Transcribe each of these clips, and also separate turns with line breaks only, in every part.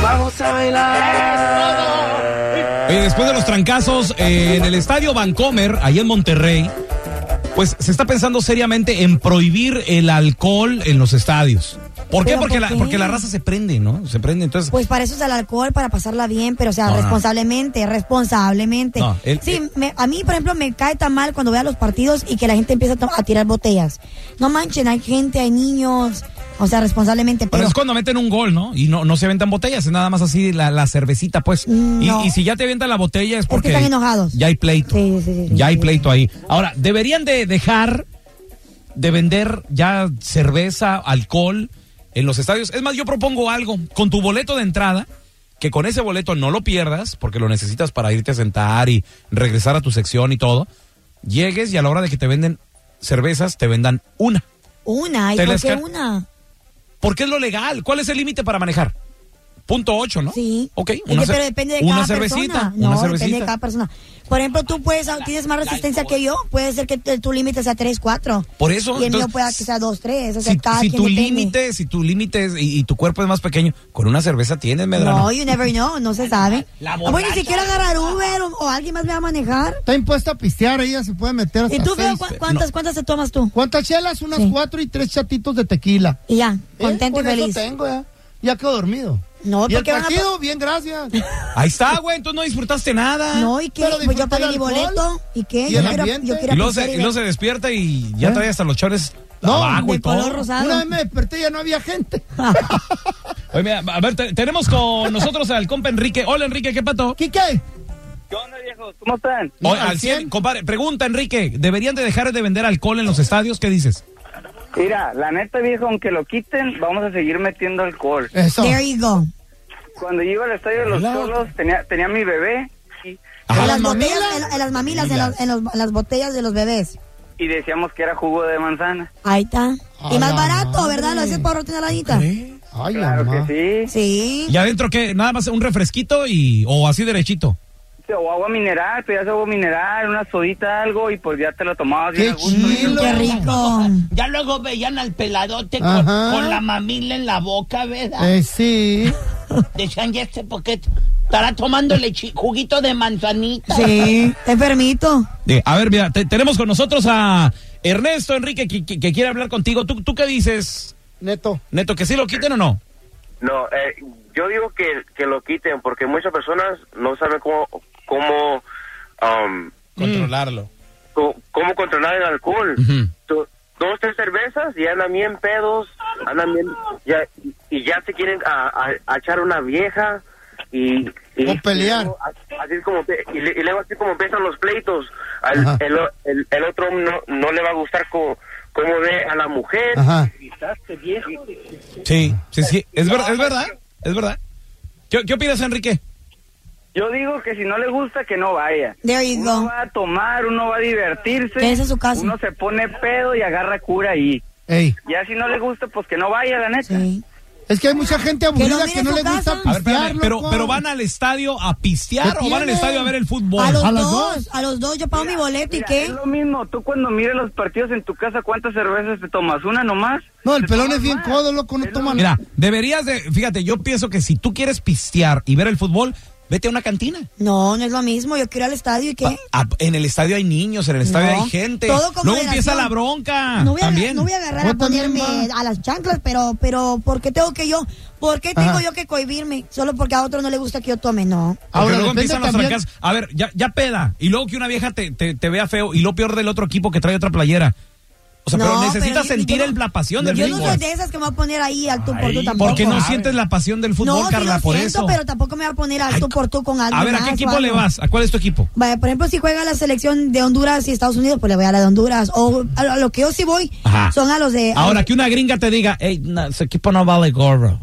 Vamos a bailar.
Oye, después de los trancazos eh, en el estadio Vancomer, ahí en Monterrey, pues se está pensando seriamente en prohibir el alcohol en los estadios. ¿Por qué?
¿Pero
Porque,
por
la,
qué?
porque la raza se prende, ¿no? Se prende, entonces...
Pues para eso es el alcohol, para pasarla bien, pero o sea,
No, no.
responsablemente, responsablemente.
No, el- eh.
sí,
el-
me- a mí, por ejemplo, me cae tan mal cuando voy a los partidos y que la gente empieza a, to- a tirar botellas. No manchen, hay gente, hay niños, o sea, responsablemente.
Pero
pero-
es cuando meten un gol, ¿no? Y no, no se aventan botellas, es nada más así la, la cervecita, pues.
Mm,
Y-
no.
Y, si ya te avientan la botella es porque...
están enojados.
Ya hay pleito.
Sí, sí, sí, sí,
ya hay
sí.
pleito ahí. Ahora, deberían de dejar de vender ya cerveza, alcohol en los estadios. Es más, yo propongo algo. Con tu boleto de entrada, que con ese boleto no lo pierdas, porque lo necesitas para irte a sentar y regresar a tu sección y todo. Llegues y a la hora de que te venden cervezas, te vendan una.
Una, ¿y
¿Te
por
les
qué
ca-
una?
Porque es lo legal. ¿Cuál es el límite para manejar? Punto ocho, ¿no?
Sí.
Ok,
Es
una,
que,
cer-
pero depende de
una
cada
cervecita.
persona.
Una
no,
cervecita.
depende de cada persona. Por ejemplo, tú puedes, ah, tienes más resistencia que yo, puede ser que tu, tu límite sea 3, 4.
Por eso,
Y el mío
entonces,
pueda que sea 2, 3. O sea,
si,
cada
si
quien
tu
depende.
límite, si tu límite es- y, y tu cuerpo es más pequeño, con una cerveza tienes, Medrano.
No, you never know, no se sabe. Ah,
La
Voy ni siquiera agarrar Uber o, o alguien más me va a manejar.
Está impuesta a pistear, ella se puede meter hasta
¿Y tú, Feo,
seis.
cu- cuántas, cuántas te tomas tú?
¿Cuántas chelas? Unas
Sí.
cuatro y tres chatitos de tequila.
Y ya,
¿Eh?
contento y
Con eso
feliz.
tengo, ya. Ya quedo dormido.
No,
¿Y el
porque van a-
partido? Bien, gracias.
Ahí está, güey, entonces no disfrutaste nada.
No, ¿y qué?
Pero
Pues yo pagué mi
disfruta el alcohol.
boleto. ¿Y qué?
¿Y
yo,
el
quiero,
ambiente?
yo quiero
y luego
pistear
se,
y
y
ver-
luego se despierta y ya
¿Eh?
trae hasta los chores
No,
abajo y
de color
todo.
rosado.
Una vez me desperté y ya no había gente.
Oye, mira, a ver, te- tenemos con nosotros al compa Enrique. Hola, Enrique, ¿qué pato?
Quique,
¿Qué onda, viejo? ¿Cómo están?
Oye,
al
al 100,
cien.
compadre, pregunta, Enrique, ¿deberían de dejar de vender alcohol en los estadios? ¿Qué dices?
Mira, la neta, viejo, aunque lo quiten, vamos a seguir metiendo alcohol.
eso.
There you go.
Cuando yo iba al estadio de los
Hola.
Cholos, tenía, tenía mi bebé y,
Ajá.
en las
¿Las
botellas,
mamilas?
en, en las mamilas, en, los- en los- en las botellas de los bebés.
y decíamos que era jugo de manzana.
Ahí está.
A
Y más
la
barato,
madre.
¿verdad? Lo haces por una ladita.
Ay,
Claro
mamá.
que sí.
Sí.
¿Y adentro qué? ¿Nada más un refresquito y o así derechito?
O agua mineral, pedías agua mineral, una sodita, algo, y pues ya te lo tomabas bien
Qué
a gusto.
chilo.
Qué rico.
Ya luego veían al peladote con,
Mm. Ajá.
con la mamila en la boca, ¿verdad?
Eh, sí.
Decían, ¿y este por qué estará tomándole chi- juguito de manzanita?
Sí. Te permito.
De- a ver, mira, te- tenemos con nosotros a Ernesto Enrique que, que- que quiere hablar contigo. ¿Tú, ¿Tú qué dices,
Neto.
Neto, que sí lo quiten o no?
No, eh, yo digo que, que lo quiten porque muchas personas no saben cómo cómo um,
Controlarlo.
co- cómo controlar el alcohol.
Ujú.
Do- Dos, tres cervezas y andan bien pedos, andan bien, ya, y ya se quieren a, a- a echar una vieja y... y-
O pelear.
y luego a- así es como, pe- y, le- y luego así como empiezan los pleitos.
Ajá.
Al, el, o- el- el otro no, no le va a gustar co- cómo ve a la mujer.
Ajá.
Sí, sí, sí. Es, ver- es verdad, es verdad. ¿Qué, qué opinas, Enrique?
Yo digo que si no le gusta, que no vaya.
There you
Uno
go.
va a tomar, uno va a divertirse.
Quédese en su casa.
Uno se pone pedo y agarra cura ahí.
Ey.
Ya si no le gusta, pues que no vaya, la neta.
Sí.
Es que hay mucha gente
Que lo
aburrida
mire
que,
en
no
su
le
casa.
gusta
A
pistear,
ver, espérame, pero,
loco.
pero van al estadio a pistear
¿Qué
o van al
tiene?
estadio a ver el fútbol.
A los
¿A las
dos,
dos?
a los dos yo pago mi boleto y
Mira,
qué.
Es lo mismo, tú cuando mires los partidos en tu casa, ¿cuántas cervezas te tomas? ¿Una nomás?
No, el
Te
pelón
tomas
es bien
más.
codo, loco, no
Es lo
toma
Ah, Mira, deberías de, fíjate, yo pienso que si tú quieres pistear y ver el fútbol, vete a una cantina.
No, no es lo mismo. Yo quiero ir al estadio y qué.
A- ah, en el estadio hay niños, en el estadio
No,
hay gente.
todo
Luego
con moderación.
empieza la bronca.
No voy, a,
ah, también.
no voy a agarrar a
Yo también,
ponerme
ma.
a las chanclas, pero, pero, ¿por qué tengo que yo? ¿Por qué tengo
Ajá.
yo que cohibirme? Solo porque a otro no le gusta que yo tome, no.
Porque
Ahora,
luego
depende
empiezan los
también-
trancazos. A ver, ya, ya peda. Y luego que una vieja te, te, te vea feo. Y lo peor del otro equipo que trae otra playera. O sea, pero
No,
necesitas
yo- yo
sentir
no-
el- la pasión del
Yo
fútbol.
no soy de esas que me voy a poner ahí al tú por tú
Ay,
tampoco.
porque no sientes la pasión del fútbol,
no, sí
Carla,
lo
por
siento,
eso.
pero tampoco me voy a poner al
Ay,
tú por tú con alguien
a ver, ¿a qué
más o
equipo le
algo.
vas? ¿A cuál es tu equipo?
Vaya, por ejemplo, si juega la selección de Honduras y Estados Unidos, pues le voy a la de Honduras. O a lo- a lo que yo sí voy
Ajá.
son Eh, a los de... a
Ahora que una gringa te diga, hey, no, su equipo no vale gorro.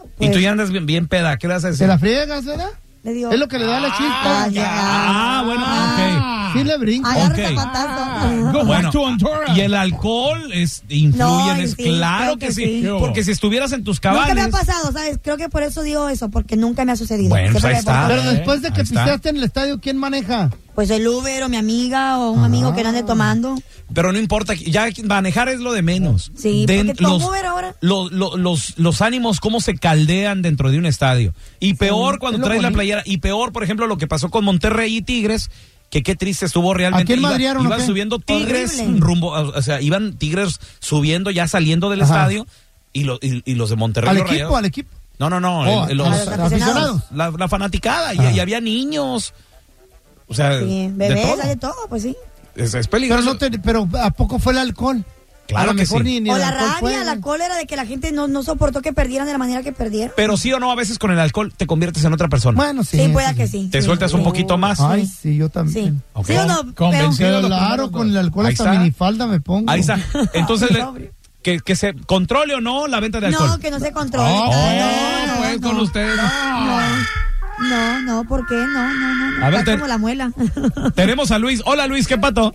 Y
Pues-
tú ya andas bien, bien peda, ¿qué le vas a
¿Se
decir?
la friegas, verdad?
Le digo.
Es lo que le da la chispa.
Ah, ya.
Ah, bueno, ok.
Sí le brinca.
Agarra
Ok.
esa pataza.
Bueno, y el alcohol es, influye
No,
en es-
sí,
claro
creo
que,
que
sí.
sí. ¿Qué hubo?
Porque si estuvieras en tus
Nunca me
cabales.
ha pasado, ¿sabes? Creo que por eso digo eso, porque nunca me ha sucedido.
Bueno, pues ahí
Siempre me he portado
está.
Pero
Ah,
después de
ahí
que
está.
pisteaste en el estadio, ¿quién maneja?
Pues el Uber o mi amiga o un amigo que no ande tomando.
Pero no importa, ya manejar es lo de menos.
Sí,
Den-
porque todo Uber ahora.
lo- lo- los, los ánimos, cómo se caldean dentro de un estadio. Y peor cuando
es lo
traes la
bonito.
playera. Y peor, por ejemplo, lo que pasó con Monterrey y Tigres, que qué triste estuvo realmente.
¿A quién
Iba-
madrearon o
Iban
qué?
subiendo Tigres
Horrible.
rumbo, o sea, iban Tigres subiendo, ya saliendo del
Ajá.
estadio. Y, lo- y- y los de Monterrey.
¿Al
los
equipo?
Rayados-
¿Al equipo?
No, no, no.
Oh,
el- los-
a los aficionados.
la, la fanaticada. Y,
Ah.
y había niños. O sea,
Sí,
de
bebés,
todo.
hay de todo, pues sí.
Es, es
Pero,
peligroso.
no te- pero ¿a poco fue el alcohol?
Claro
a lo
que
mejor
sí.
ni, ni
o
el
la
alcohol
rabia,
fue.
la cólera de que la gente no, no soportó que perdieran de la manera que perdieron.
Pero sí o no, a veces con el alcohol te conviertes en otra persona.
Bueno, sí.
Sí,
eso
pueda que sí.
te
sí.
sueltas un
Sí.
poquito más.
Ay, sí, yo
Sí.
también.
Ok.
¿Sí o no?
Convencido.
Pero-
los
Claro,
primeros
con el alcohol
Ahí
hasta
está.
minifalda me pongo.
Ahí está. Entonces, le-
Sobrio.
que, que se controle o no la venta de alcohol.
No, que no se controle.
Oh,
No, no,
pues,
no.
con usted.
No, no, no, ¿por qué? No, no, no. no.
A ver,
Está
te-
como la muela.
Tenemos a Luis. Hola, Luis, ¿qué pato?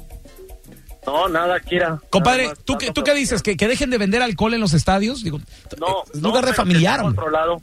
No, nada, Kira.
Compadre,
Nada más,
¿tú,
tanto
qué, ¿tú qué
que-
dices? ¿Que, que dejen de vender alcohol en los estadios? Digo, eh,
No,
es lugar
no,
de
pero
familiar,
Que sea
hombre. ¿Mm?
controlado.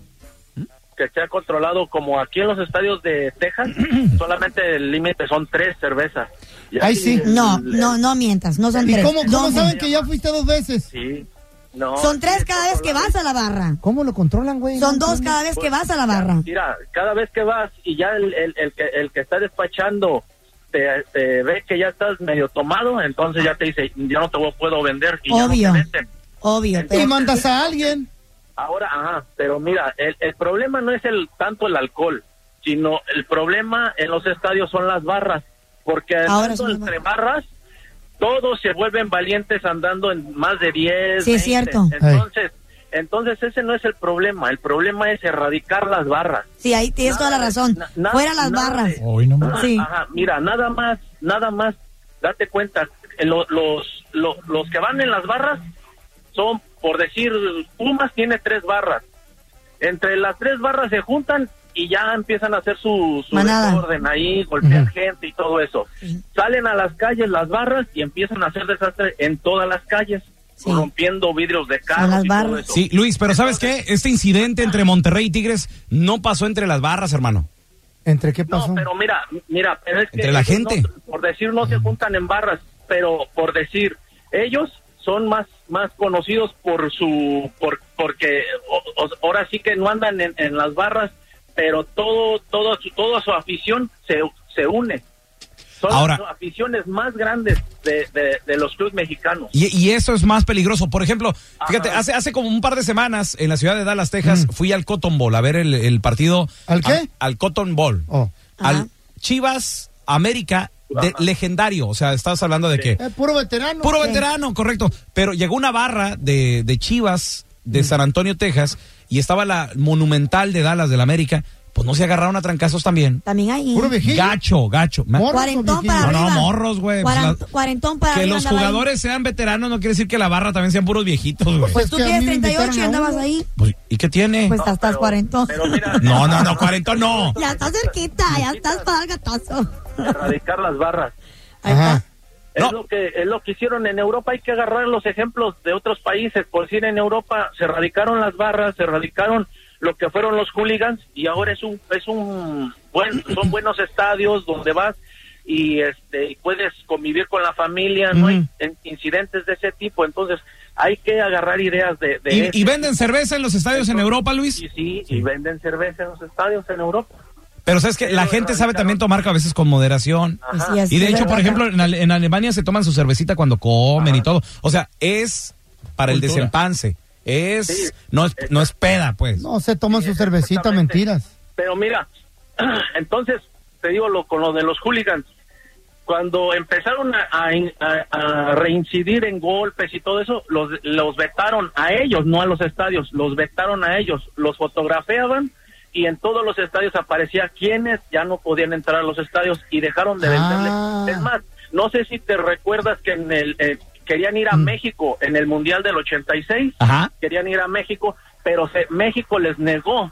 Que sea controlado, como aquí en los estadios de Texas, solamente el límite son tres cervezas. Y
Ahí
aquí
sí.
el-
No, no, no mientas, no son
¿Y
tres.
cómo, cómo
Doce.
saben que ya fuiste dos veces?
Sí. No.
Son
sí,
tres
es
cada vez que vas a la barra.
¿Cómo lo controlan, güey?
Son
No
dos
entiendo.
cada vez que vas a la barra.
Mira, cada vez que vas y ya el, el, el que, el que está despachando te, te ve que ya estás medio tomado, entonces ya te dice, yo no te voy- puedo vender. Y ya no te
Obvio.
venden.
Obvio,
Y
pero
mandas a alguien.
Ahora, ajá, pero mira, el, el problema no es el tanto el alcohol, sino el problema en los estadios son las barras, porque
Ahora
andando
son las
entre barras todos se vuelven valientes andando en más de 10.
Sí, es cierto.
Entonces, entonces ese no es el problema, el problema es erradicar las barras.
sí, ahí tienes toda la razón.
na- na-
Fuera las
nada
barras.
de-
Hoy no más.
Ajá,
Sí.
ajá, mira, nada más, nada más, date cuenta, eh, lo- los, lo- los que van en las barras son, por decir, Pumas tiene tres barras. Entre las tres barras se juntan y ya empiezan a hacer su, su
Manada.
desorden ahí, golpear gente y todo eso. Salen a las calles las barras y empiezan a hacer desastre en todas las calles,
Sí.
rompiendo vidrios de carros
las
y todo
barras.
eso.
Sí, Luis, pero ¿sabes qué? Este incidente entre Monterrey y Tigres no pasó entre las barras, hermano.
¿Entre qué
No,
pasó?
pero mira, mira, pero es que
Entre la
ellos
gente.
no- por decir no se juntan en barras, pero por decir ellos son más más conocidos por su por porque o- o- ahora sí que no andan en, en las barras, pero todo todo su toda su afición se se une. Son
Ahora-
las aficiones más grandes de, de, de los clubes mexicanos.
Y, y eso es más peligroso. Por ejemplo, fíjate,
Ajá.
hace, hace como un par de semanas en la ciudad de Dallas, Texas, fui al Cotton Bowl a ver el, el partido.
Mm. ¿Al qué?
Al, al Cotton Bowl.
Oh.
Ajá.
Al Chivas América de, legendario. O sea, estabas hablando de que.
Eh, puro veterano.
Puro
Sí.
veterano, correcto. Pero llegó una barra de, de Chivas de San Antonio, Texas, y estaba la monumental de Dallas, del América. Pues no se agarraron a trancazos también.
También ahí.
Puro viejillo.
Gacho, gacho. Me-
Mor-
Cuarentón para
No, no,
arriba.
morros, güey. Pues
Cuarant-
la-
Cuarentón para
que
arriba
los
andaba ahí.
jugadores sean veteranos no quiere decir que la barra también sean puros viejitos, güey.
Pues
Tú
que a
tienes
mí me
38 y
invitaron a
andabas
uno.
ahí.
Pues, ¿Y qué tiene?
Pues estás
pero-
cuarentón.
pero mira-
No, no, no, cuarentón no.
Ya estás cerquita, ya estás para el gatazo.
Erradicar las barras.
Ahí
Ajá.
está.
Es,
No.
lo que, es lo que hicieron en Europa. Hay que agarrar los ejemplos de otros países. Por decir, en Europa se erradicaron las barras, se erradicaron lo que fueron los hooligans y ahora es un, es un buen, son buenos estadios donde vas y este y puedes convivir con la familia. No hay en- incidentes de ese tipo. Entonces hay que agarrar ideas de... de este ese.
¿Y, y venden cerveza en los estadios en Europa, Luis?
Y sí, y venden cerveza en los estadios en Europa.
Pero sabes que la gente sabe también tomar a veces con moderación.
Pues sí, así
Y de
es
hecho, por
verdad.
ejemplo, en, Ale- en Alemania se toman su cervecita cuando comen y todo. O sea, es para el
Cultura.
desempance.
Sí.
Es no, es no es peda, pues.
No, se toman su
Sí,
cervecita,
exactamente.
mentiras.
Pero mira, entonces te digo lo con lo de los hooligans. Cuando empezaron a, a in- a- a reincidir en golpes y todo eso, los, los vetaron a ellos, no a los estadios, los vetaron a ellos, los fotografiaban y en todos los estadios aparecía quienes ya no podían entrar a los estadios y dejaron de venderle.
Ah.
Es más, no sé si te recuerdas que en el, eh, querían ir a México en el Mundial del 86
Ajá.
querían ir a México pero se- México les negó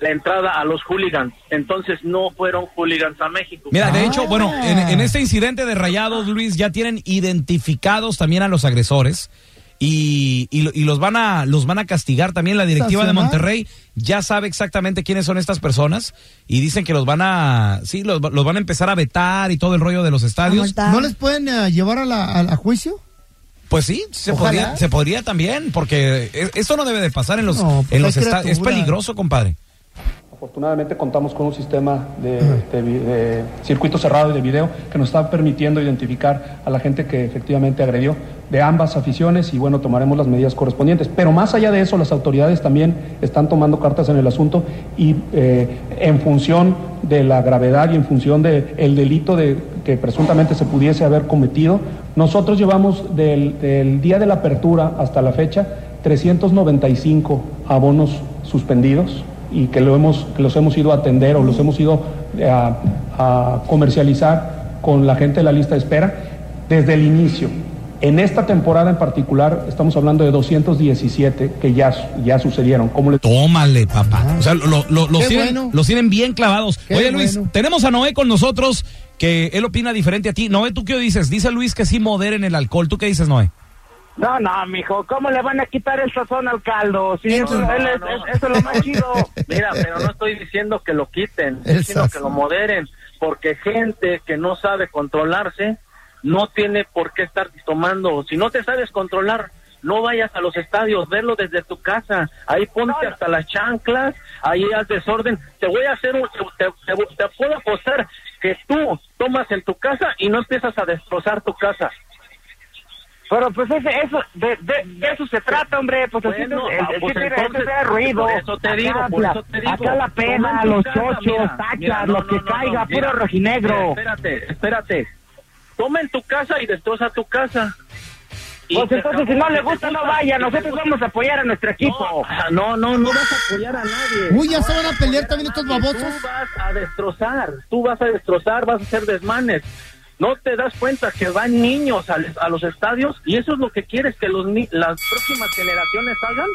la entrada a los hooligans. Entonces no fueron hooligans a México.
Mira, de
Ah.
hecho, bueno, en, en este incidente de Rayados, Luis, ya tienen identificados también a los agresores y, y lo- y los van a los van a castigar también. La directiva de
Sancionar.
Monterrey ya sabe exactamente quiénes son estas personas y dicen que los van a sí, los, los van a empezar a vetar y todo el rollo de los estadios.
multar.
¿No les pueden eh, llevar a, la, a, a juicio?
Pues sí, se
Ojalá.
podría, se podría también, porque eh, eso no debe de pasar en los
No, pues
en
hay
los estadios. Es
criaturas.
peligroso, compadre.
Afortunadamente contamos con un sistema de, de vi- de circuito cerrado y de video que nos está permitiendo identificar a la gente que efectivamente agredió de ambas aficiones y bueno, tomaremos las medidas correspondientes. Pero más allá de eso, las autoridades también están tomando cartas en el asunto y eh, en función de la gravedad y en función del delito de, que presuntamente se pudiese haber cometido, nosotros llevamos del, del día de la apertura hasta la fecha 395 abonos suspendidos y que, lo hemos, que los hemos ido a atender o los hemos ido eh, a, a comercializar con la gente de la lista de espera desde el inicio. En esta temporada en particular estamos hablando de 217 que ya, ya sucedieron. Como les-
Tómale, papá. O sea, lo- lo- lo- los,
Ah. Qué
tienen,
bueno.
los tienen bien clavados.
Qué
Oye, Luis,
bueno.
tenemos a Noé con nosotros, que él opina diferente a ti. Noé, ¿tú qué dices? Dice Luis que sí moderen el alcohol. ¿Tú qué dices, Noé?
No, no, mijo, ¿cómo le van a quitar el sazón al caldo? Sí,
Eso-
eso, él es,
no.
es- eso es lo más chido.
Mira, pero no estoy diciendo que lo quiten, estoy
El
diciendo que
sazón.
lo moderen, porque gente que no sabe controlarse no tiene por qué estar tomando. Si no te sabes controlar, no vayas a los estadios, verlo desde tu casa. Ahí ponte hasta las chanclas, ahí haz desorden. Te voy a hacer un. Te, te- te puedo apostar que tú tomas en tu casa y no empiezas a destrozar tu casa.
Pero pues ese, eso, de, de, de eso se trata, hombre. Pues así
Bueno,
es-
ah,
es-
pues
sí, mira,
entonces,
ese es el ruido.
por eso te
Acá
digo, por
la-
eso te digo.
Acá la
Toma
pena,
en tu
los
casa,
chochos,
mira,
tachas,
mira, no,
lo
no,
que
no,
caiga,
no,
puro
mira,
rojinegro.
Espérate, espérate. Toma en tu casa y destroza tu casa. Y
Pues
te
entonces, si
acabó,
no le gusta, no vaya.
si te
Nosotros
gusta-
vamos a apoyar a nuestro equipo.
No, no, no, no vas a apoyar a nadie.
Uy, ya
No
se van
vas
a pelear
apoyar
también estos
nadie.
babosos.
Tú vas a destrozar, tú vas a destrozar, vas a hacer desmanes. No te das cuenta que van niños a, a los estadios y eso es lo que quieres que los ni- las próximas generaciones hagan.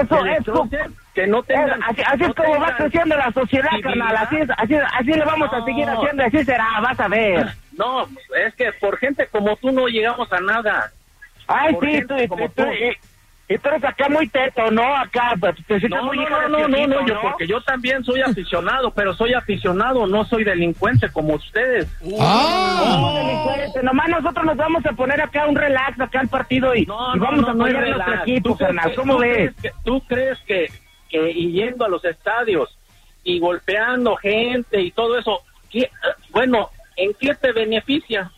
Eso
que
es como-
destrocen, que no tengan.
así, así
no
es como va
tengan
creciendo la sociedad,
civilidad.
carnal. Así, es- así, así le vamos a
No.
seguir haciendo, así será, vas a ver.
No, es que por gente como tú no llegamos a nada.
Ay,
Por
sí,
gente
tú, y
como
tú,
tú.
y, y tú eres acá muy teto, ¿no? Acá, pues, te sientes
No,
muy
no,
hijo de
no, no, no,
Diosito,
no, yo, porque yo también soy aficionado, pero soy aficionado, no soy delincuente como ustedes.
¡Ah!
Somos delincuentes, Nomás nosotros nos vamos a poner acá un relax acá al partido y,
No,
y
no,
vamos
no,
a
no es
apoyar a nuestro
relax.
equipo,
¿Tú crees
carnal.
que-
¿Cómo
tú
ves?
crees que- ¿Tú crees que, que y yendo a los estadios y golpeando gente y todo eso, ¿qué- bueno, ¿en qué te beneficia?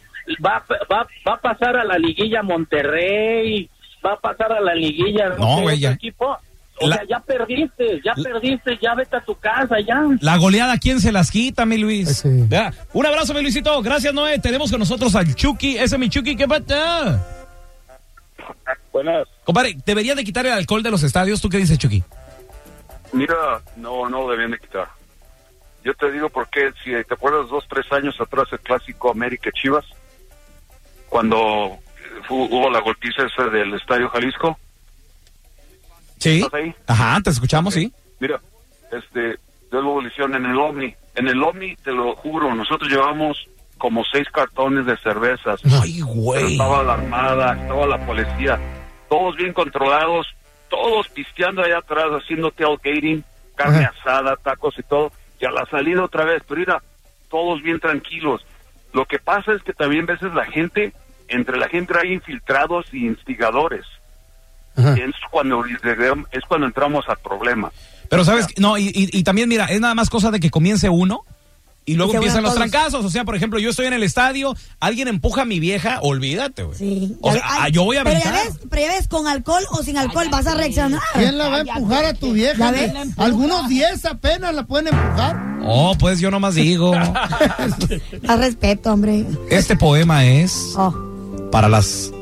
Va, va, va a pasar a la liguilla Monterrey, va a pasar a la liguilla
No,
sé,
güey,
otro
ya.
equipo. O
La-
sea, ya perdiste, ya perdiste, ya vete a tu casa, ya.
La goleada, ¿quién se las quita, mi Luis?
Pues sí.
Vea, Un abrazo, mi Luisito. Gracias, Noé. Tenemos con nosotros al Chucky. Ese es mi Chucky. ¿Qué pasa?
Buenas.
Compadre, ¿debería de quitar el alcohol de los estadios? ¿Tú qué dices, Chucky?
Mira, no, no lo debían de quitar. Yo te digo porque si te acuerdas dos, tres años atrás el clásico América Chivas, cuando fu- hubo la golpiza esa del Estadio Jalisco,
Sí.
¿Estás ahí?
Ajá, te escuchamos, sí.
mira, este, yo lo hicieron en el OVNI. En el OVNI, te lo juro, nosotros llevamos como seis cartones de cervezas.
Ay,
Pero
güey.
estaba la armada, estaba la policía, todos bien controlados, todos pisteando allá atrás, haciendo tailgating, carne
Ajá.
asada, tacos y todo, y a la salida otra vez, pero mira, todos bien tranquilos. Lo que pasa es que también a veces la gente, entre la gente hay infiltrados y instigadores,
Ajá.
y es cuando, es cuando entramos al problema.
Pero sabes, que- no, y, y- y también mira, es nada más cosa de que comience uno y luego
Y se
empiezan
unan
los
todos.
trancazos. O sea, por ejemplo, yo estoy en el estadio, alguien empuja a mi vieja, olvídate, güey.
Sí.
O sea, ah,
Ay,
yo voy a
pero ya,
aventar.
ves, pero ya ves, con alcohol o sin alcohol vas a reaccionar.
¿Quién la va a empujar a tu
¿Ya
vieja?
ves?
Algunos 10 apenas la pueden empujar.
Oh, pues yo nomás digo.
Al respeto, hombre.
este poema es
Oh.
para las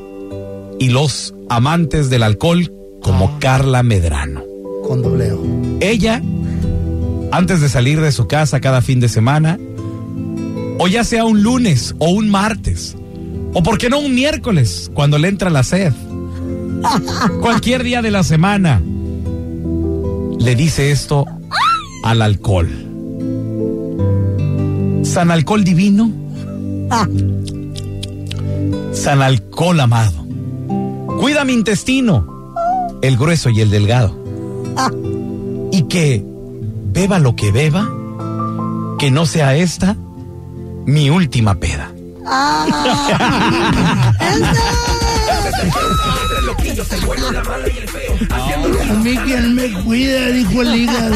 y los amantes del alcohol como Carla Medrano.
Con dobleo.
Ella, antes de salir de su casa cada fin de semana, o ya sea un lunes o un martes, o por qué no un miércoles, cuando le entra la sed, cualquier día de la semana, le dice esto al alcohol. San Alcohol Divino. San Alcohol Amado. Cuida mi intestino, el grueso y el delgado. Y que beba lo que beba, que no sea esta mi última peda.
A mí quien me cuida, dijo el hígado.